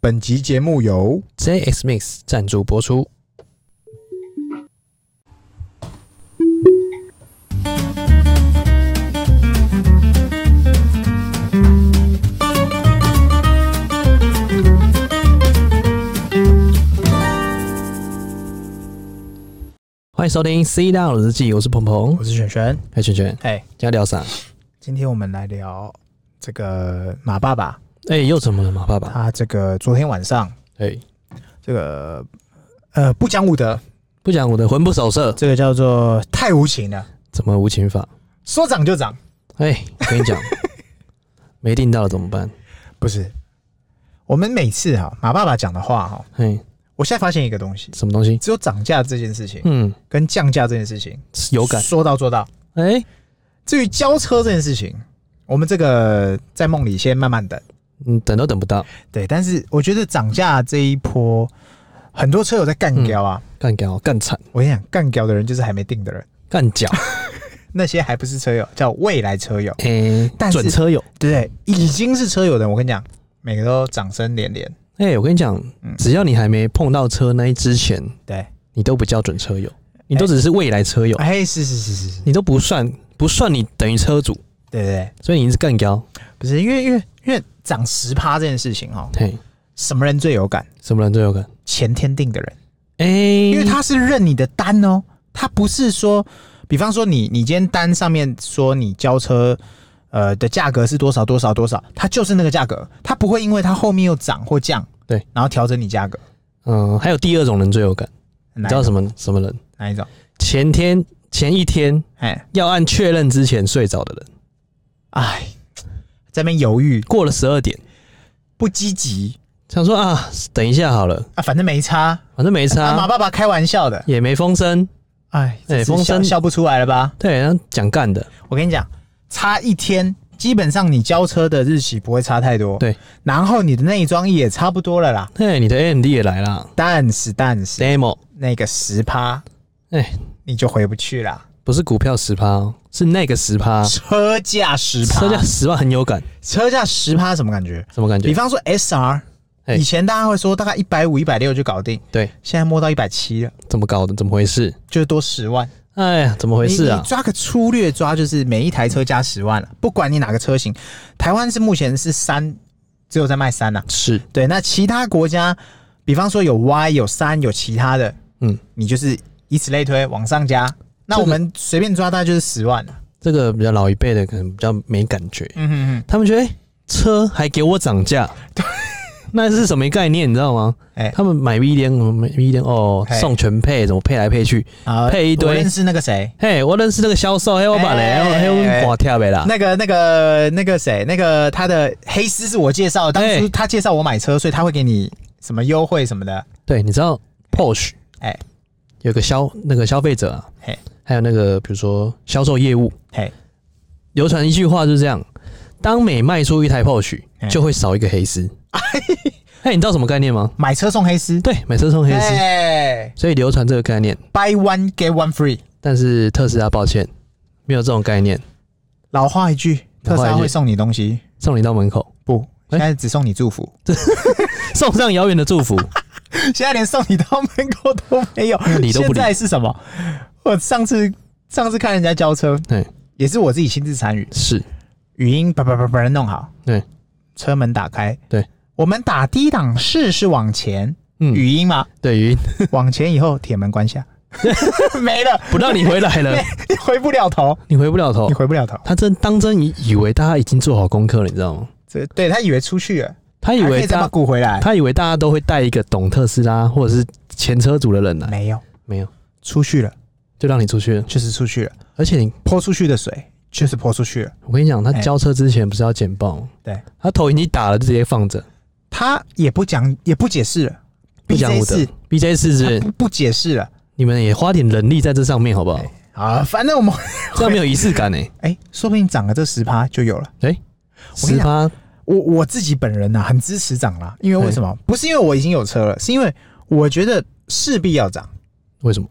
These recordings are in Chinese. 本集节目由 JX Mix 赞助播出。欢迎收听《C 大佬日记》，我是鹏鹏我，是璇璇。嗨，圈圈，哎、今天聊啥？今天我们来聊这个马爸爸，哎、又怎么了嘛，爸爸？他这个昨天晚上哎、这个呃不讲武德，不讲我的魂不守舍，这个叫做太无情了，怎么无情法？说涨就涨，哎、我跟你讲，没订到了怎么办？不是。我们每次哈、马爸爸讲的话哈、嘿、我现在发现一个东西，什么东西？只有涨价这件事情嗯，跟降价这件事情有感。说到做到。哎、至于交车这件事情，我们这个在梦里先慢慢等。嗯，等都等不到，对，但是我觉得涨价这一波，很多车友在干掉啊。干掉干惨我跟你讲，干掉的人就是还没定的人，干 脚，那些还不是车友，叫未来车友，哎、但是准车友。对不对？已经是车友的，我跟你讲，每个都掌声连连。哎、我跟你讲嗯，只要你还没碰到车那一之前，对，你都不叫准车友，你都只是未来车友，哎，是是是是是，你都不算不算你等于车主，对对对，所以你是干掉。不是因为因为因为涨十趴这件事情哦，嘿，什么人最有感？什么人最有感？前天定的人，哎、因为他是认你的单哦，他不是说，比方说你你今天单上面说你交车，呃的价格是多少多少多少，它就是那个价格，它不会因为它后面又涨或降，对，然后调整你价格，嗯，还有第二种人最有感，你哪知道什么么什么人？哪一种？前天前一天哎要按确认之前睡着的人，哎，在那边犹豫过了十二点，不积极想说啊，等一下好了，啊，反正没差，反正没啊、马差，爸爸开玩笑的，也没风声，哎，这哎次风笑声笑不出来了吧？对，然后讲干的，我跟你讲，差一天。基本上你交车的日期不会差太多，对。然后你的内装也差不多了啦，嘿，你的 AMD 也来啦但是但是 demo，那个十趴，哎，你就回不去啦。不是股票十趴、哦，是那个十趴、车价十趴，啊车价十万很有感，车价十趴什么感觉？什么感比觉？方说 SR，哎以前大家会说大概一百五、一百六就搞定，对，现在摸到一百七了，怎么搞的？怎么回事？就是多十万。哎呀，怎么回事你啊你？抓个粗略抓，就是每一台车加十万了，不管你哪个车型。台湾是目前是三，只有在卖三呐、啊是，对，那其他国家，比方说有 Y、有三、有其他的，嗯，你就是以此类推往上加。那这个我们随便抓大概就是十万啊了。这个比较老一辈的可能比较没感觉，嗯哼哼。他们觉得、哎车还给我涨价，那是什么概念？你知道吗？哎他们买 V 点，买 V 点哦嘿，送全配，怎么配来配去？啊配一堆我认识那个谁，嘿，我认识那个销售，嘿，我把嘞，哎嘿，我挂跳呗啦。那个那个那个谁，那个他的黑丝是我介绍的，当初哎他介绍我买车，所以他会给你什么优惠什么的。对，你知道 Porsche 哎有个消那个消费者啊嘿，还有那个比如说销售业务，嘿，流传一句话就是这样：当每卖出一台 Porsche，嗯就会少一个黑丝。 哎，你知道什么概念吗？买车送黑丝，对，买车送黑丝，哎所以流传这个概念。 ，buy one get one free。但是特斯拉抱歉，没有这种概念，老话一句，特老斯话一句拉会送你东西，送你到门口， 不，现哎在只送你祝福，送上遥远的 祝福。现在连送你到门口都没有。你都不现理在是什么？我上次上次看人家交车，对，也是我自己亲自参与，是，语音叭叭叭叭弄好，对，车门打开，对，我们打低档式是往前，嗯，语音 嘛，对，语音往前以后铁门关下， 没了，不让你回 来了，你回不了头，你回不了头你。回不了头。他真当真以以为大家已经做好功课了，你知道吗？这对他以为出去了，他以还可为以再把大鼓回来，他以为大家都会带一个懂特斯拉或者是前车主的人来，没有没有，出去了，就让你出去了。就是出去了，而且你，泼出去的水就是泼出去了。我跟你讲，他哎交车之前不是要简报吗？对，他头已经打了，就直接放着，他也不讲，也不解释了，不讲武德 BJ4。 BJ 四他是不 不解释了你们也花点人力在这上面好不好？啊，反正我们 这样没有仪式感哎。哎、说不定涨了这十趴就有了。哎， 我跟十你八我我自己本人呐、啊很支持涨啦，因为为什么？不是因为我已经有车了，是因为我觉得势必要涨。为什么？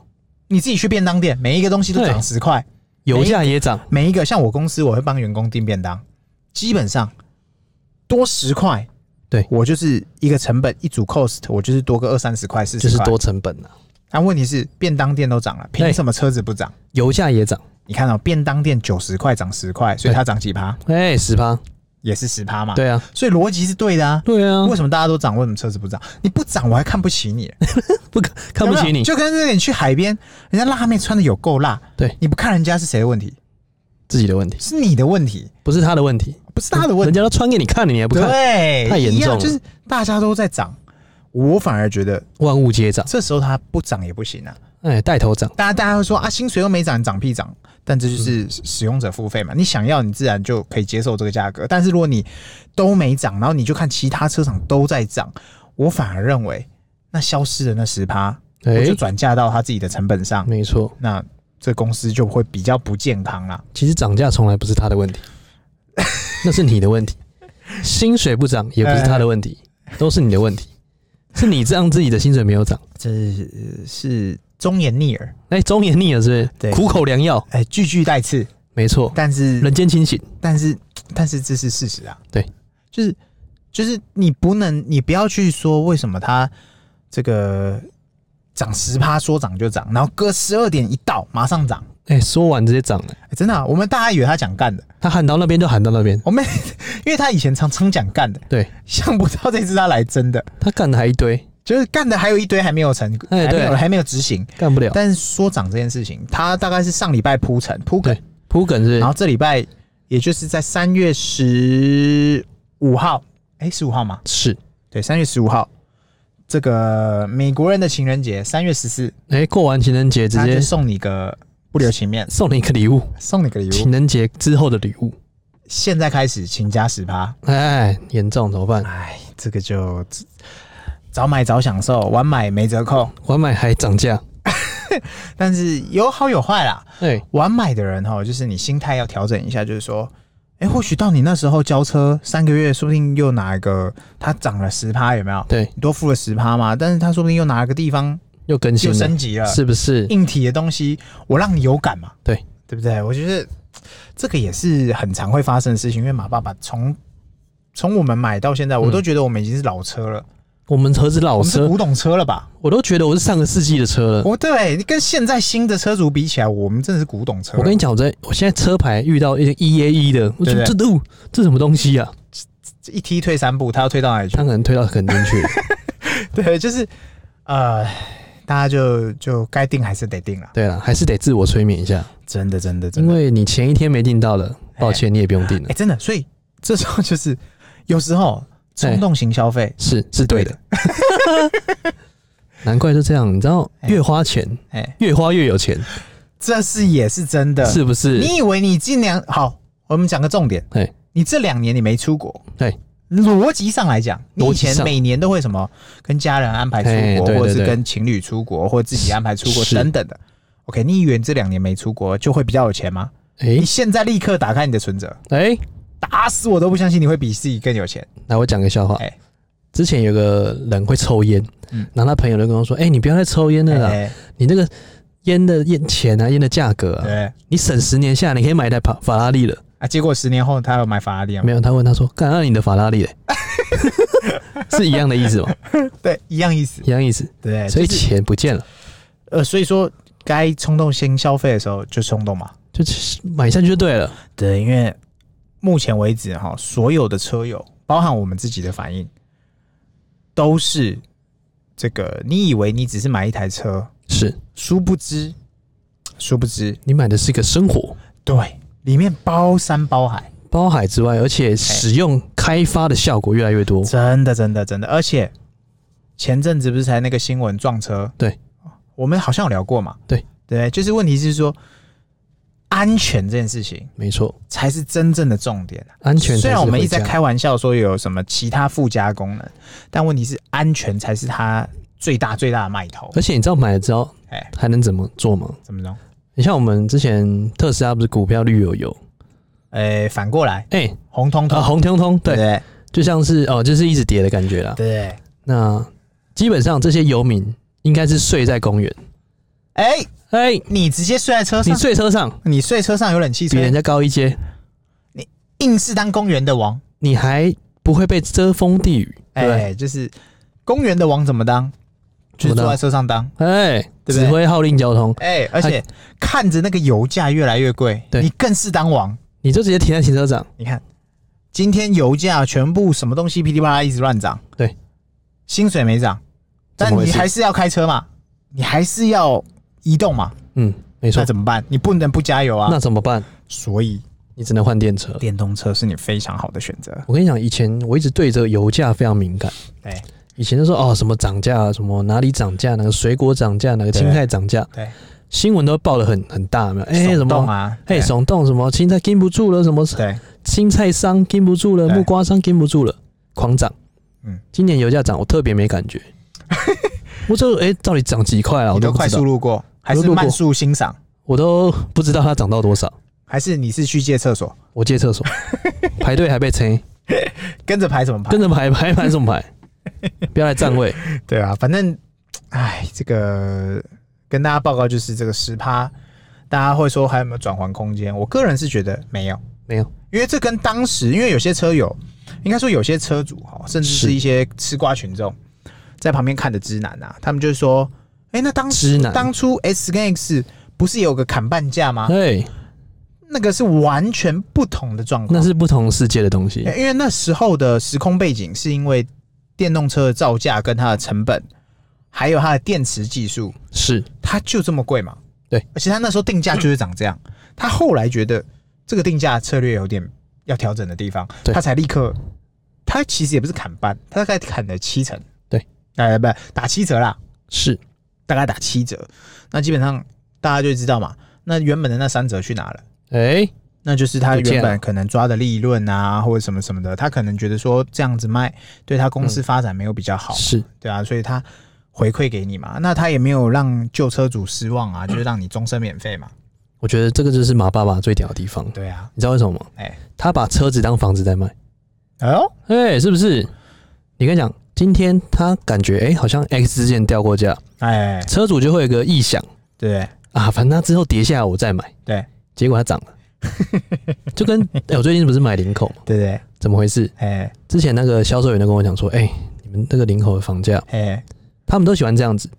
你自己去便当店，每一个东西都对涨十块，油价也涨，每一个像我公司，我会帮员工订便当，基本上多十块，对我就是一个成本一组 cost，我就是多个二三十块、四就十是块。多成本啊，但问题是，便当店都涨了，凭对什么车子不涨？油价也涨，你看哦，便当店九十块涨十块，所以它涨几趴？哎、十趴，也是十趴嘛。，对啊，所以逻辑是对的啊。对啊啊为，什么大家都涨？为什么车子不涨？你不涨，我还看不起你，不可 看不有起没有你，就跟那个你去海边，人家辣妹穿的有够辣，对你不看人家是谁的问题，自己的问题，是你的问题，不是他的问题，不是他的问人题。家都穿给你看了，你还不看，对，太严一样重了就是大家都在涨，我反而觉得万物皆涨，这时候它不涨也不行啊。哎、带头涨，大家大家会说啊，薪水又没涨，涨屁涨？但这就是使用者付费嘛，你想要你自然就可以接受这个价格。但是如果你都没涨，然后你就看其他车厂都在涨，我反而认为那消失的那十趴，哎、我就转嫁到他自己的成本上，没错，那这公司就会比较不健康啦。其实涨价从来不是他的问 题，那是你的问题，薪水不涨也不是他的问题，哎都是你的问题，是你让自己的薪水没有涨，这是呃是忠言逆耳，哎、忠言逆耳是不是？对苦口良药，哎，句句带刺，没错，但是人间清醒，但是但是这是事实啊。对，就是就是你不能，你不要去说为什么它这个涨十趴说涨就涨，然后隔十二点一到马上涨、哎、说完直接涨了，哎真的啊、我们大家以为他讲干的，他喊到那边就喊到那边，我们 因为他以前常常讲干的，对想不到这次他来真的，他干的还一堆，就是干的还有一堆还没有成，哎还没有对还没有执行。干不了，但是说涨这件事情，他大概是上礼拜铺陈铺梗对，铺梗是不是然后这礼拜也就是在三月十五号，哎，十五号吗？是，对，三月十五号，这个美国人的情人节，三月十四，哎、过完情人节直他接就送你个不留情面，送你一个礼物，送你个礼情物。人节之后的礼物，现在开始，请加十趴。哎，严重怎么办？哎，这个就早买早享受，晚买没折扣。晚买还涨价，但是有好有坏啦。哎，晚买的人哈，就是你心态要调整一下，就是说，哎、或许到你那时候交车三个月，说不定又哪一个它涨了十趴，有没有？对，你多付了十趴嘛，但是它说不定又哪个地方又更新又了，升级了，是不是？硬体的东西，我让你有感嘛，对对不对？我觉得这个也是很常会发生的事情，因为马爸爸从从我们买到现在，我都觉得我们已经是老车了，我们车嗯是嗯老我们是车，古董车了吧？我都觉得我是上个世纪的车了。哦，对，跟现在新的车主比起来，我们真的是古董车了。我跟你讲，我在我现在车牌遇到一些 E A E 的，我对说对这都这什么东西啊？一踢退三步，他要退到哪里去他？可能推到垦丁 去了。嗯对，就是呃，大家就就该定还是得定了，对了，还是得自我催眠一下，真的真的真因的，为你前一天没订到了，抱歉，你也不用订哎、了。真的，所以这时候就是有时候冲哎动型消费，是是对对的， 难怪就这样。你知道，哎越花钱哎、越花越有钱，这是也是真的，是不是？你以为你今年好？我们讲个重点，哎你这两年你没出国，哎，逻辑上来讲，你以逻辑前上每年都会什么跟家人安排出哎国，对对或者是对跟情侣出国，或者自己安排出国是等等的。OK，你以为你这两年没出国就会比较有钱吗？哎你现在立刻打开你的存折，哎，打死我都不相信你会比自己更有钱。来我讲个笑话哎。之前有个人会抽烟，嗯然后他朋友就跟我说：“哎，你不要再抽烟了啦，哎你那个烟的烟钱啊，烟的价格啊，对你省十年下来，你可以买一台法法拉利了。啊，结果十年后他有买法拉利吗没？有，他问他说：“干，那你的法 拉利嘞？”是一样的意思吗？对，一样意思。一样意思，对，所以就是钱不见了，呃，所以说该冲动先消费的时候就冲动嘛。就是买下去就对了。对，因为目前为止哈，所有的车友，包含我们自己的反应，都是这个。你以为你只是买一台车，是殊不知，殊不知，你买的是一个生活，对，里面包山包海，包海之外，而且使用开发的效果越来越多。真的，真的，真的。而且前阵子不是才那个新闻撞车？对，我们好像有聊过嘛。对，对，就是问题是说，安全这件事情没错，才是真正的重点啊。安全才是虽然我们一直在回家开玩笑说有什么其他附加功能，但问题是安全才是它最大最大的卖头。而且你知道买了之后哎，还能怎么做吗？怎么弄？你像我们之前特斯拉不是股票绿油油，哎，反过来哎、红彤啊彤，红彤彤，对不对，对就像是哦，就是一直跌的感觉啦。对，那基本上这些游民应该是睡在公园，哎，哎、你直接睡在车你上，睡车上你睡车上有冷气比人吹，家高一阶，硬是当公园的王。你还不会被遮风避雨，对不对？哎，就是公园的王怎么当，就是坐在车上当。哎，对不对指挥号令交通，哎、而且看着那个油价越来越贵，对你更是当王。你就直接停在停车场，你看，今天油价全部什么东西噼里啪啦一直乱涨，对，薪水没涨，怎但么回你事还是要开车嘛，你还是要移动嘛，嗯，没错那。怎么办？你不能不加油啊那。怎么办？所以你只能换电车。电动车是你非常好的选择。我跟你讲，以前我一直对这个油价非常敏感。对以前就说哦，什么涨价，什么哪里涨价，哪个水果涨价，哪个对青菜涨价，对，新闻都报的很很大，有没有？哎、什手动么？啊？哎、对耸动什么？青菜禁不住了，什么对青菜商禁不住了，对木瓜商禁不住了，狂涨。哎嗯今年油价涨，我特别没感觉。 我就哎、到底涨几块啊？我你都都不快知道速，路过，还我是都路过慢速欣赏，我都不知道它涨到多少。还是你是去借厕所，我借厕所， 排队还被催，跟着排怎么排？跟着排排排什 么排？不要来占位。对啊，反正，哎，这个跟大家报告就是这个十趴，大家会说还有没有转换空间？我个人是觉得没有，没有，因为这跟当时，因为有些车友，应该说有些车主哈，甚至是是一些吃瓜群众，在旁边看的知男啊，他们就说，哎、那当知时男当初 S 跟 X 不是有个砍半价吗？哎、那个是完全不同的状况那，是不同世界的东西。因为那时候的时空背景是因为电动车的造价跟它的成本，还有它的电池技术。是，它就这么贵嘛？对，而且它那时候定价就是长这样，他后来觉得这个定价策略有点要调整的地方，对他才立刻，他其实也不是砍半，他大概砍了七成，对，哎不打七折啦，是，大概打七折，那基本上大家就知道嘛，那原本的那三折去哪了？哎、那就是他不见了原本可能抓的利润啊，或者什么什么的，他可能觉得说这样子卖对他嗯公司发展没有比较好，是，对啊，所以他回馈给你嘛，那他也没有让旧车主失望 啊，就是让你终身免费嘛，我觉得这个就是马爸爸最屌的地方。对啊，你知道为什么吗？哎、他把车子当房子在卖，哎呦，哎、是不是？你跟你讲，今天他感觉哎、好像 X 之前掉过价，哎，车主就会有一个臆想对啊，反正他之后跌下来我再买，对结果它涨了， 就跟哎、我最近不是买领口吗？对对，怎么回事？哎之前那个销售员就跟我讲说，哎、你们那个领口的房价，哎，他们都喜欢这样子，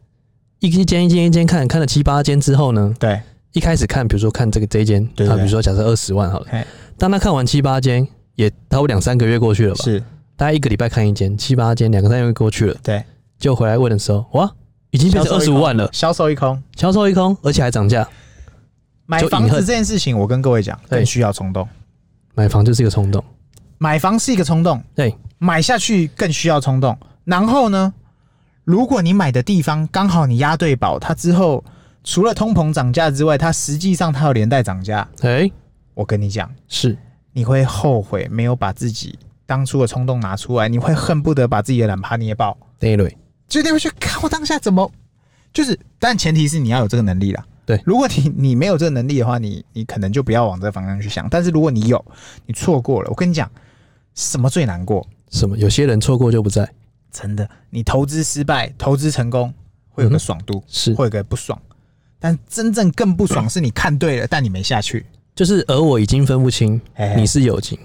一间一间一间看，看了七八间之后呢，对，一开始看，比如说看这个这一间，对对啊，比如说假设二十万好了嘿，当他看完七八间，也差不多两三个月过去了吧，是，大概一个礼拜看一间，七八间，两个三个月过去了，对，就回来问的时候，哇，已经变成二十五万了，销售一空，销售一空，而且还涨价，买就房隐子恨这件事情，我跟各位讲，对更需要冲动，买房就是一个冲动，买房是一个冲动，对，买下去更需要冲动，然后呢，如果你买的地方刚好你押对宝，它之后除了通膨涨价之外，它实际上它有连带涨价，哎、我跟你讲。是你会后悔没有把自己当初的冲动拿出来，你会恨不得把自己的懒趴捏爆，那一类，就你会去看我当下怎么，就是，但前提是你要有这个能力啦。对如果你你没有这个能力的话，你你可能就不要往这方向去想。但是如果你有，你错过了，我跟你讲，什么最难过？什么？有些人错过就不在，真的，你投资失败，投资成功会有嗯个哼爽度，是，会有个不爽。但真正更不爽是你看对了，但你没下去，就是而我已经分不清哎你是友情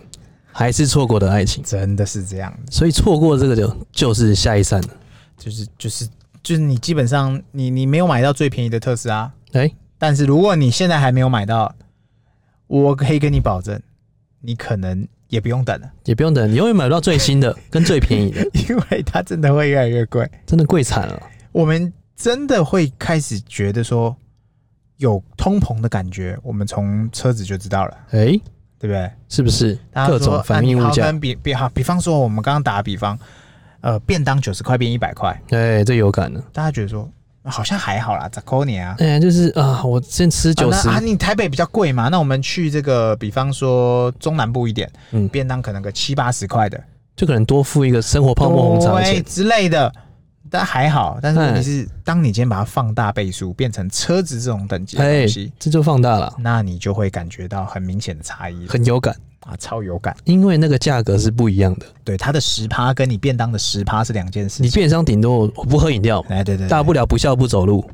还是错过的爱情，真的是这样。所以错过这个就就是下一站了，就是就是就是你基本上你你没有买到最便宜的特斯拉，哎、但是如果你现在还没有买到，我可以跟你保证，你可能也不用等了， 也不用等，你永远买不到最新的跟最便宜的，因为它真的会越来越贵。真的贵惨了。我们真的会开始觉得说有通膨的感觉，我们从车子就知道了，哎、对不对？是不是大家各说种反啊应你物好价？跟比比好，比方说我们刚刚打个比方，呃，便当九十块变一百块，哎、这有感了。大家觉得说好像还好啦，咋扣你啊？哎、呀，就是啊，我先吃九十、啊那啊，你台北比较贵嘛？那我们去这个，比方说中南部一点，嗯便当可能个七八十块的就可能多付一个生活泡沫红茶的对钱。之类的，但还好。但是问题是，当你今天把它放大倍数，变成车子这种等级的哎、东西，这就放大了，那你就会感觉到很明显的差异了很有感，啊，超有感。因为那个价格是不一样的。对，它的十趴跟你便当的十趴是两件事你情。便商顶多我不喝饮料嘛，哎，对对大对，不了不笑不 走路，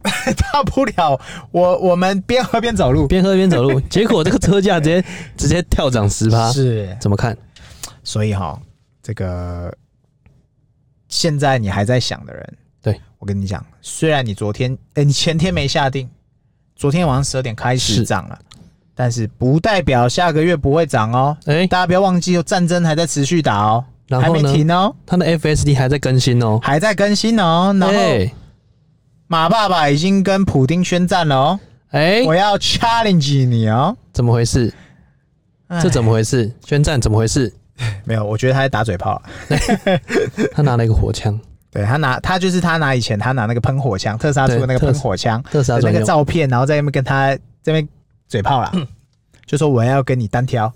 大不了我我们边喝边走路，边喝边走路，结果这个车价直接直接跳涨十趴，哎是，怎么看？所以哈，这这个现在你还在想的人，对我跟你讲，虽然你昨天，哎、你前天没下定，昨天晚上十二点开始是涨了，但是不代表下个月不会涨哦。哎、大家不要忘记，哦，战争还在持续打哦，然还后没呢，停哦，它的 FSD 还在更新哦。还在更新哦。然后哎马爸爸已经跟普丁宣战了哦，哎、我要 challenge 你哦。怎么回事？哎这怎么回事？宣战怎么回事？没有？我觉得他在打嘴炮啊。他拿了一个 火枪，对他拿他就是他拿以前他拿那个喷火枪，特斯拉出的那个对喷火枪特斯拉的那专个用。嗯照片，然后在那边跟他这边嘴炮啦，就说我要跟你单挑。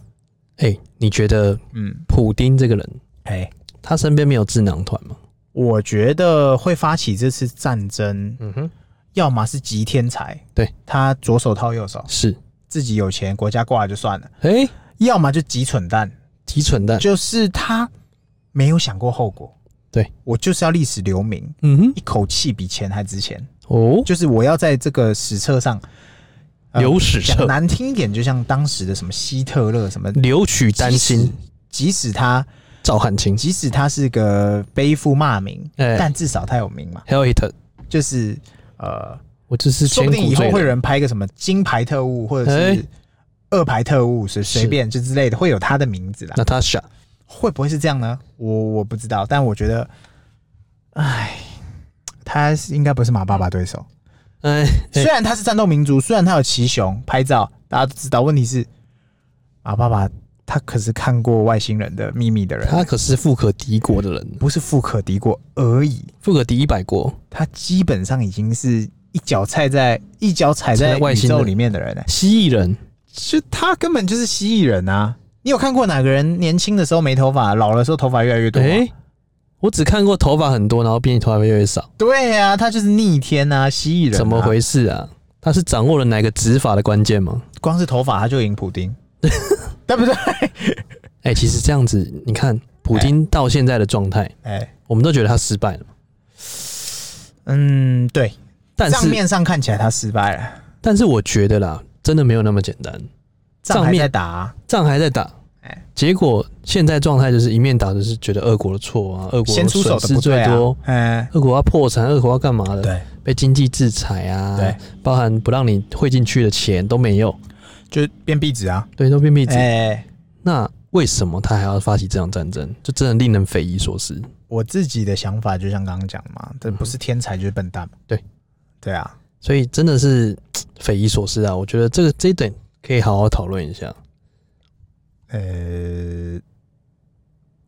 哎、你觉得嗯，普丁这个人，哎，他身边没有智囊团吗？我觉得会发起这次战争，嗯哼，要么是集天才，对他左手套右手，是。自己有钱国家挂了就算了，哎、要么就集蠢蛋，极蠢蛋。就是他没有想过后果。对我就是要历史留名，嗯哼一，口气比钱还值钱，哦，就是我要在这个史册上呃刘史讲册，难听一点，就像当时的什么希特勒什么，刘曲丹心，即使他赵汉卿即使他是个背负骂名，哎但至少他有名嘛， ，Hell Hit，就是呃，我这是说千不定古以后罪会有人。人拍个什么金牌特务或者是哎二牌特务，随随是便就之类的，会有他的名字啦。那他傻，会不会是这样呢？我我不知道，但我觉得，哎，他是应该不是马爸爸对手。哎，虽然他是战斗民族，虽然他有骑熊拍照，大家都知道。问题是，马爸爸他可是看过外星人的秘密的人，他可是富可敌国的人，不是富可敌国而已，富可敌一百国，他基本上已经是一脚踩在一脚踩踩在在外宇星人宙里面的人、欸。蜥蜴人，就他根本就是蜥蜴人啊！你有看过哪个人年轻的时候没头发，老的时候头发越来越多吗？哎，我只看过头发很多，然后变头发越来越少，对呀、啊，他就是逆天啊，蜥蜴人、啊。怎么？回事啊？他是掌握了哪个执法的关键吗？光是头发他就赢普 丁，对不对？哎，其实这样子，你看普京到现在的状态，哎、我们都觉得他失败了嘛，嗯，对，但账是面上看起来他失败了，但是我觉得啦，真的没有那么简单，账账还面在打啊、仗还在打哎。结果现在状态就是一面倒，就是觉得俄国的错啊，俄国先出手损的失不对最啊多，，嗯，俄国要破产，俄国要干嘛的？对，被经济制裁啊，对，包含不让你汇进去的钱都没有，就变壁纸啊，对，都变壁纸。哎，那为什么他还要发起这场战争？就真的令人匪夷所思。我自己的想法就像刚刚讲的嘛，这不是天才就是笨蛋嘛，嗯对，对啊，所以真的是匪夷所思啊！我觉得这个这一点可以好好讨论一下。呃，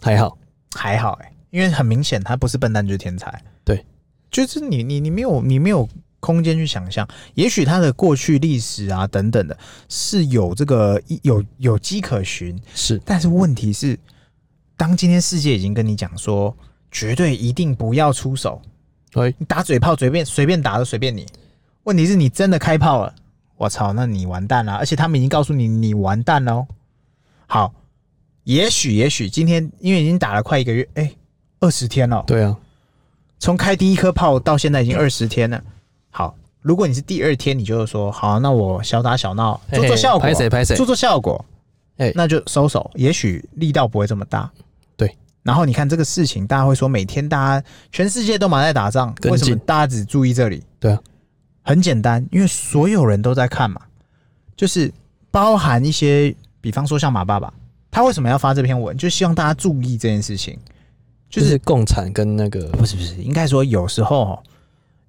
还好，还好哎、因为很明显他不是笨蛋就是天才，对，就是你你你没有你没有空间去想象，也许他的过去历史啊等等的，是有这个有有迹可循，是但是问题是，当今天世界已经跟你讲说，绝对一定不要出手，哎你打嘴炮随便随便打都随便你。问题是你真的开炮了，我操，那你完蛋了！而且他们已经告诉你，你完蛋喽。好，也许也许今天因为已经打了快一个月，哎、二十天了，对啊，从开第一颗炮到现在已经二十天了。好，如果你是第二天，你就说好，那我小打小闹，做做效果，拍谁拍谁做，做效果，哎那就收手，也许力道不会这么大。对，然后你看这个事情，大家会说每天大家全世界都忙在打仗，跟进为什么大家只注意这里？对啊，很简单，因为所有人都在看嘛，就是包含一些，比方说像马爸爸，他为什么要发这篇文，就希望大家注意这件事情，就就是是共产跟那个不是不是，应该说有时候哦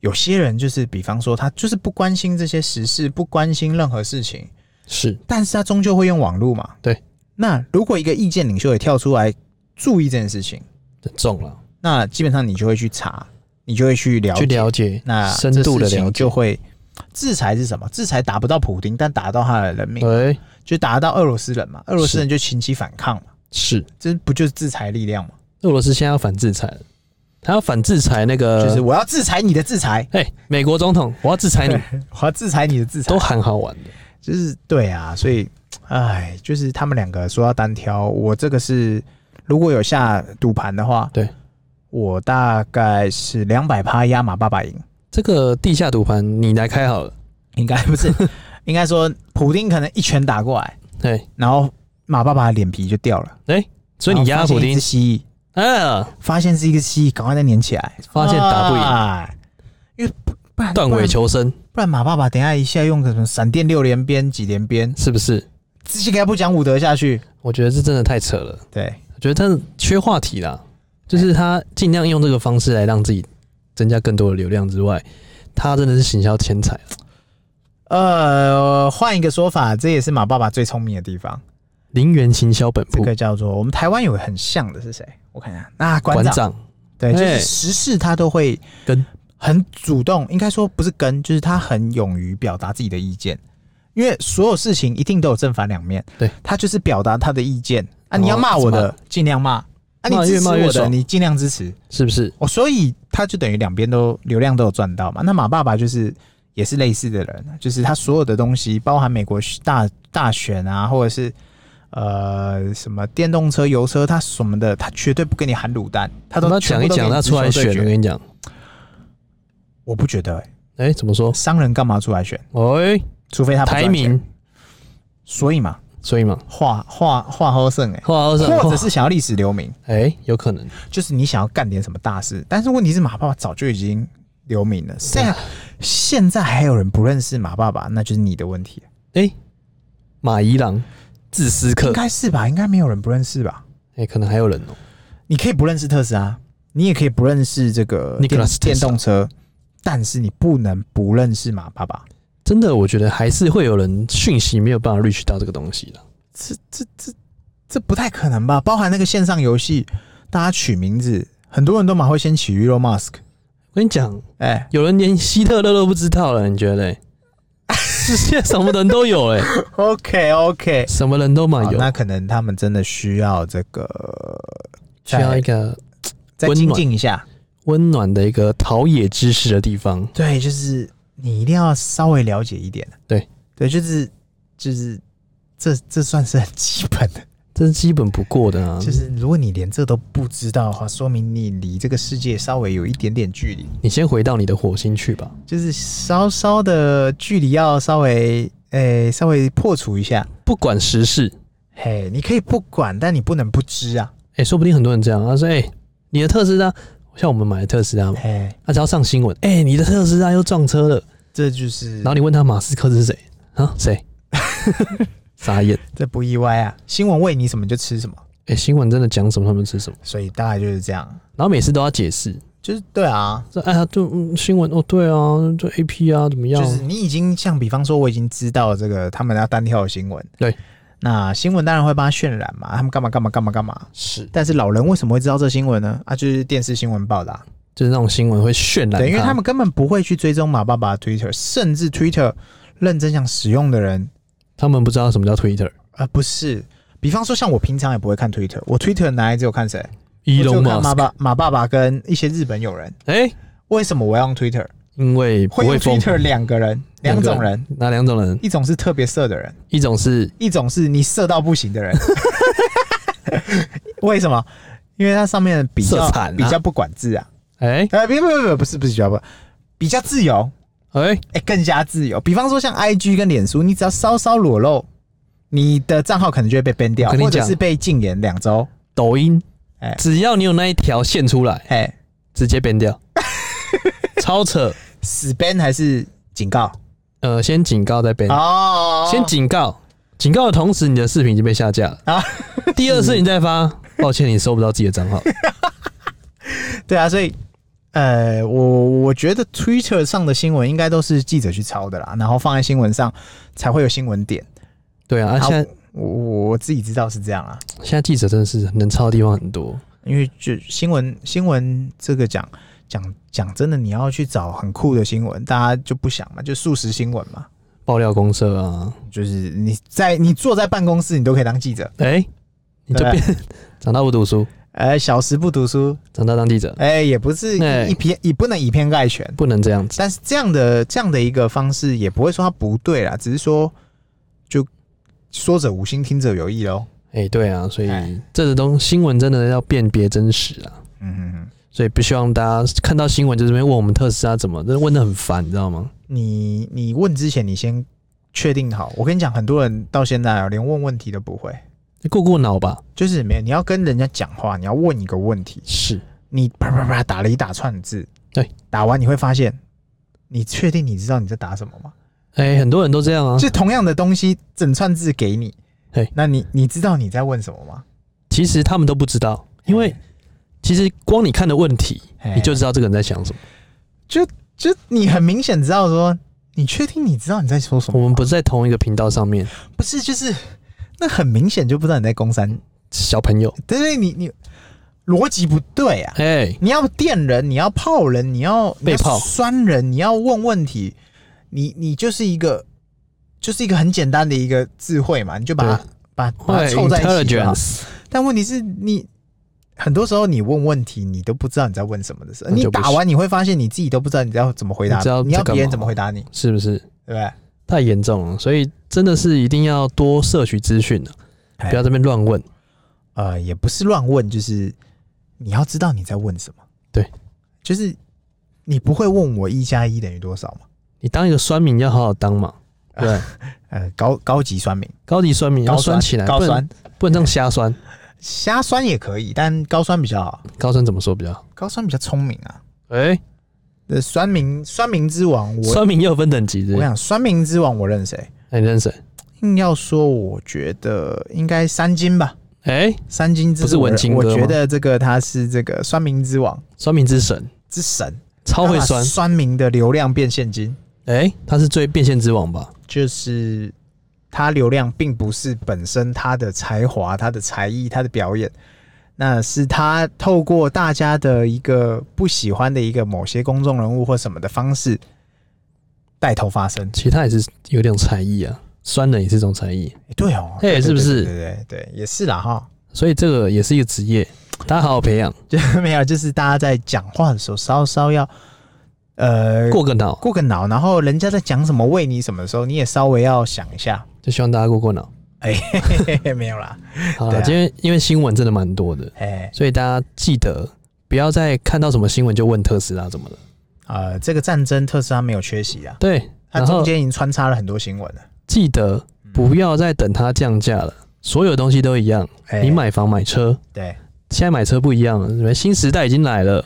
有些人就是，比方说他就是不关心这些时事，不关心任何事情，是但是他终究会用网络嘛。对。那如果一个意见领袖也跳出来注意这件事情，很重了，那基本上你就会去查，你就会去了解，去了解那深度的这事了情解。就会。制裁是什么？制裁打不到普丁，但打到他的人民，哎，就打到俄罗斯人嘛。俄罗斯人就群起反抗嘛，是这不就是制裁力量嘛？俄罗斯现在要反制裁了，他要反制裁那个，就是我要制裁你的制裁，哎、美国总统，我要制 裁你，我要制裁你的制裁都，很好玩的。就是对啊。所以，哎，就是他们两个说要单挑，我这个是如果有下赌盘的话，对，我大概是两百趴压马爸爸赢，这个地下赌盘你来开好了，应该不是， 应该说普丁可能一拳打过来，哎、然后马爸爸的脸皮就掉了，哎、所以你压然后普发现一丁只，蜥蜴，嗯、发现是一个蜥蜴，赶快再粘起来，发现打不赢赢，因为不不然断尾不然求生不然马爸爸等一下一下用个什么闪电六连鞭几连鞭，是不是？直接给他不讲武德下去，我觉得这真的太扯了，对，我觉得他缺话题啦，就是他尽量用这个方式来让自己增加更多的流量之外，他真的是行销天才。啊呃，换一个说法，这也是马爸爸最聪明的地方。零元行销本这部个叫做我们台湾有个很像的是谁？我看一下，那、馆馆长，长对，就是哎时事他都会跟很主动，应该说不是跟，就是他很勇于表达自己的意见，因为所有事情一定都有正反两面，对他就是表达他的意见啊，然后你要骂我怎的么尽量骂，啊，你骂越支持骂越我的爽你尽量支持，是不是？哦，所以他就等于两边都流量都有赚到嘛。那马爸爸就是也是类似的人，啊就是他所有的东西，包含美国大大选啊，或者是呃什么电动车、油车，他什么的，他绝对不跟你喊卤蛋，他都他全讲部一都讲，给你他直出来球对选，决我跟你讲，我不觉得、欸，哎、怎么说？商人干嘛出来选？喂、除非他不赚排钱名，，所以嘛，所以嘛，话话话好胜哎、欸话二或者是想要历史留名，哎、有可能，就是你想要干点什么大事，但是问题是马爸爸早就已经留名了，现在现在还有人不认识马爸爸，那就是你的问题，哎、马伊郎自私应客，该是吧？应该没有人不认识吧？哎、可能还有人哦、你可以不认识特斯拉，你也可以不认识这个电 Nicholas Tesla 电动车，但是你不能不认识马爸爸。真的，我觉得还是会有人讯息没有办法 reach 到这个东西的。这这这这不太可能吧？包含那个线上游戏，大家取名字，很多人都蛮会先取 Elon Musk，我跟你讲，哎、有人连希特勒都不知道了，你觉得、嘞？世界什么人都有、哎， o k OK，什么人都嘛哦有，那可能他们真的需要这个需要一个再温精暖进一下。温暖的一个陶冶知识的地方。对，就是你一定要稍微了解一点。对对，就是就是这这算是很基本的。这是基本不过的啊！就是如果你连这都不知道的话，说明你离这个世界稍微有一点点距离，你先回到你的火星去吧。就是稍稍的距离要稍微诶、稍微破除一下。不管时事，嘿，你可以不管，但你不能不知啊。哎、说不定很多人这样，他说：“哎、你的特斯拉，像我们买的特斯拉嘛，嘿，他只要上新闻，哎、你的特斯拉又撞车了。”这就是然后你问他马斯克是谁啊？ 谁？傻眼！这不意外啊。新闻喂你什么就吃什么，哎、新闻真的讲什么他们吃什么，所以大概就是这样。然后每次都要解释，就是对啊，说哎呀，就、嗯、新闻哦，对啊，就 A P 啊，怎么样？就是你已经像比方说，我已经知道这个他们要单挑的新闻，对，那新闻当然会帮他渲染嘛，他们干嘛干嘛干嘛干嘛。是，但是老人为什么会知道这新闻呢？啊，就是电视新闻报的、啊，就是那种新闻会渲染它，对，因为他们根本不会去追踪马爸爸的 Twitter，甚至 Twitter 认真想使用的人，他们不知道什么叫 Twitter，而不是，比方说像我平常也不会看 Twitter，我 Twitter 拿来只有看谁？伊我隆只有看马马爸马爸爸跟一些日本友人。哎，为什么我要用 Twitter？因为不会用会疯， Twitter 两个人，两种人，，哪两种人？一种是特别色的人。一种是一种是你色到不行的人， 为什么？因为它上面比较、色惨啊比较不管制啊，哎呃，别别别，不是不是比较不，比较自由，哎哎、更加自由。比方说像 I G 跟脸书，你只要稍稍裸露，你的账号可能就会被 ban 掉，我跟你或者讲是被禁言两周。抖音哎，只要你有那一条线出来，哎、直接 编掉，超扯。死 ban 还是警告？呃，先警告再编，哦，先警告，警告的同时，你的视频已经被下架了啊啊。第二次你 再发，抱歉，你收不到自己的账号。对啊，所以呃，我我觉得 Twitter 上的新闻应该都是记者去抄的啦，然后放在新闻上才会有新闻点。对啊，啊好现在我我我自己知道是这样啊，现在记者真的是能抄的地方很多，因为就新闻新闻这个讲讲讲真的，你要去找很酷的新闻，大家就不想嘛，就速食新闻嘛，爆料公社啊，就是你在你坐在办公室，你都可以当记者。哎、你就对啊变 长大不读书，呃，小时不读书，长大当记者，哎、也不是哎以偏也不能以偏概全，不能这样子。但是这样的这样的一个方式也不会说它不对啦，只是说就说者无心，听者有意喽。哎、对啊，所以哎这个东新闻真的要辨别真实啊。嗯哼哼，所以不希望大家看到新闻就这边问我们特斯拉怎么，真的问的很烦，你知道吗？你你问之前，你先确定好。我跟你讲，很多人到现在啊连问问题都不会。过过脑吧。就是没有你要跟人家讲话，你要问一个问题，是，你啪啪啪打了一大串字，对，打完你会发现，你确定你知道你在打什么吗？哎、很多人都这样啊。就同样的东西，整串字给你嘿，那你你知道你在问什么吗？其实他们都不知道，哎因为其实光你看的问题，嘿你就知道这个人在想什么。就你很明显知道说，你确定你知道你在说什么我吗？们不在同一个频道上面，不是就是那很明显就不知道你在攻山，小朋友，对对，你你逻辑不对啊！哎、你要电人，你要泡人，你要被你要泡酸人，你要问问题，你你就是一个就是一个很简单的一个智慧嘛，你就把它对把把它喂凑在一起就好。 ，intelligence，但问题是你很多时候你问问题，你都不知道你在问什么的时候，那你就不打完你会发现你自己都不知道你要怎么回答你知道，你要在干嘛别人怎么回答你，是不是对不对？太严重了？所以真的是一定要多摄取资讯了，哎不要这边乱问。呃，也不是乱问，就是你要知道你在问什么。对，就是你不会问我一加一等于多少嘛？你当一个酸民要好好当嘛，对，呃，高高级酸民，高级酸民要高酸起来，高不能酸哎不能这样瞎酸。瞎酸也可以，但高酸比较好。高酸怎么说比较好？高酸比较聪明啊。哎、呃，酸民酸民之王，我酸民也有分等级我的，想酸民之王我认谁？哎，你认识谁？硬要说，我觉得应该三金吧。哎、三金之不是我文青我哥觉吗得这个他是这个酸民之王酸民之神，之神，超会他把酸。酸民的流量变现金。哎、他是最变现之王吧？就是他流量并不是本身他的才华、他的才艺、他的表演，那是他透过大家的一个不喜欢的一个某些公众人物或什么的方式带头发声。其实他也是有点才艺啊，酸人也是一种才艺，诶对哦，嘿对是不是对对对对，也是啦哈。 所以这个也是一个职业，大家好好培养，就没有，就是大家在讲话的时候稍稍要呃过个脑，过个脑，然后人家在讲什么为你什么的时候，你也稍微要想一下。 就希望大家过过脑。哎、嘿嘿嘿，没有啦，好对了，啊今天因为新闻真的蛮多的，哎、所以大家记得不要再看到什么新闻就问特斯拉怎么了。呃，这个战争特斯拉没有缺席啊，对，它然后中间已经穿插了很多新闻了。记得嗯不要再等它降价了，所有东西都一样。哎你买房买车，对，现在买车不一样了，什么新时代已经来了，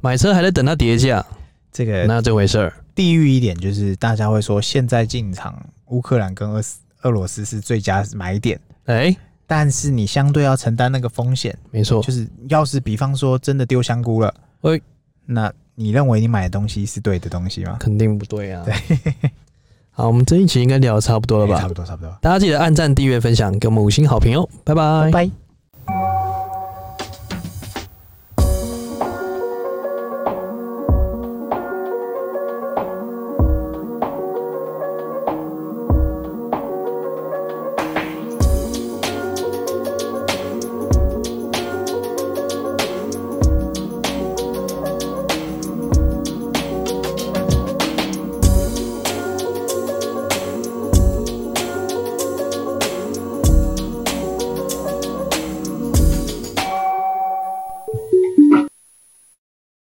买车还在等它跌价，这个那这回事儿。地域一点就是大家会说，现在进场乌克兰跟俄斯俄罗斯是最佳买点，哎、但是你相对要承担那个风险，没错，就是要是比方说真的丢香菇了，哦喂那你认为你买的东西是对的东西吗？肯定不对啊。好，我们这一期应该聊的差不多了哎差吧不？多，差不多。大家记得按赞、订阅、分享，给我们五星好评哦，拜拜拜。拜。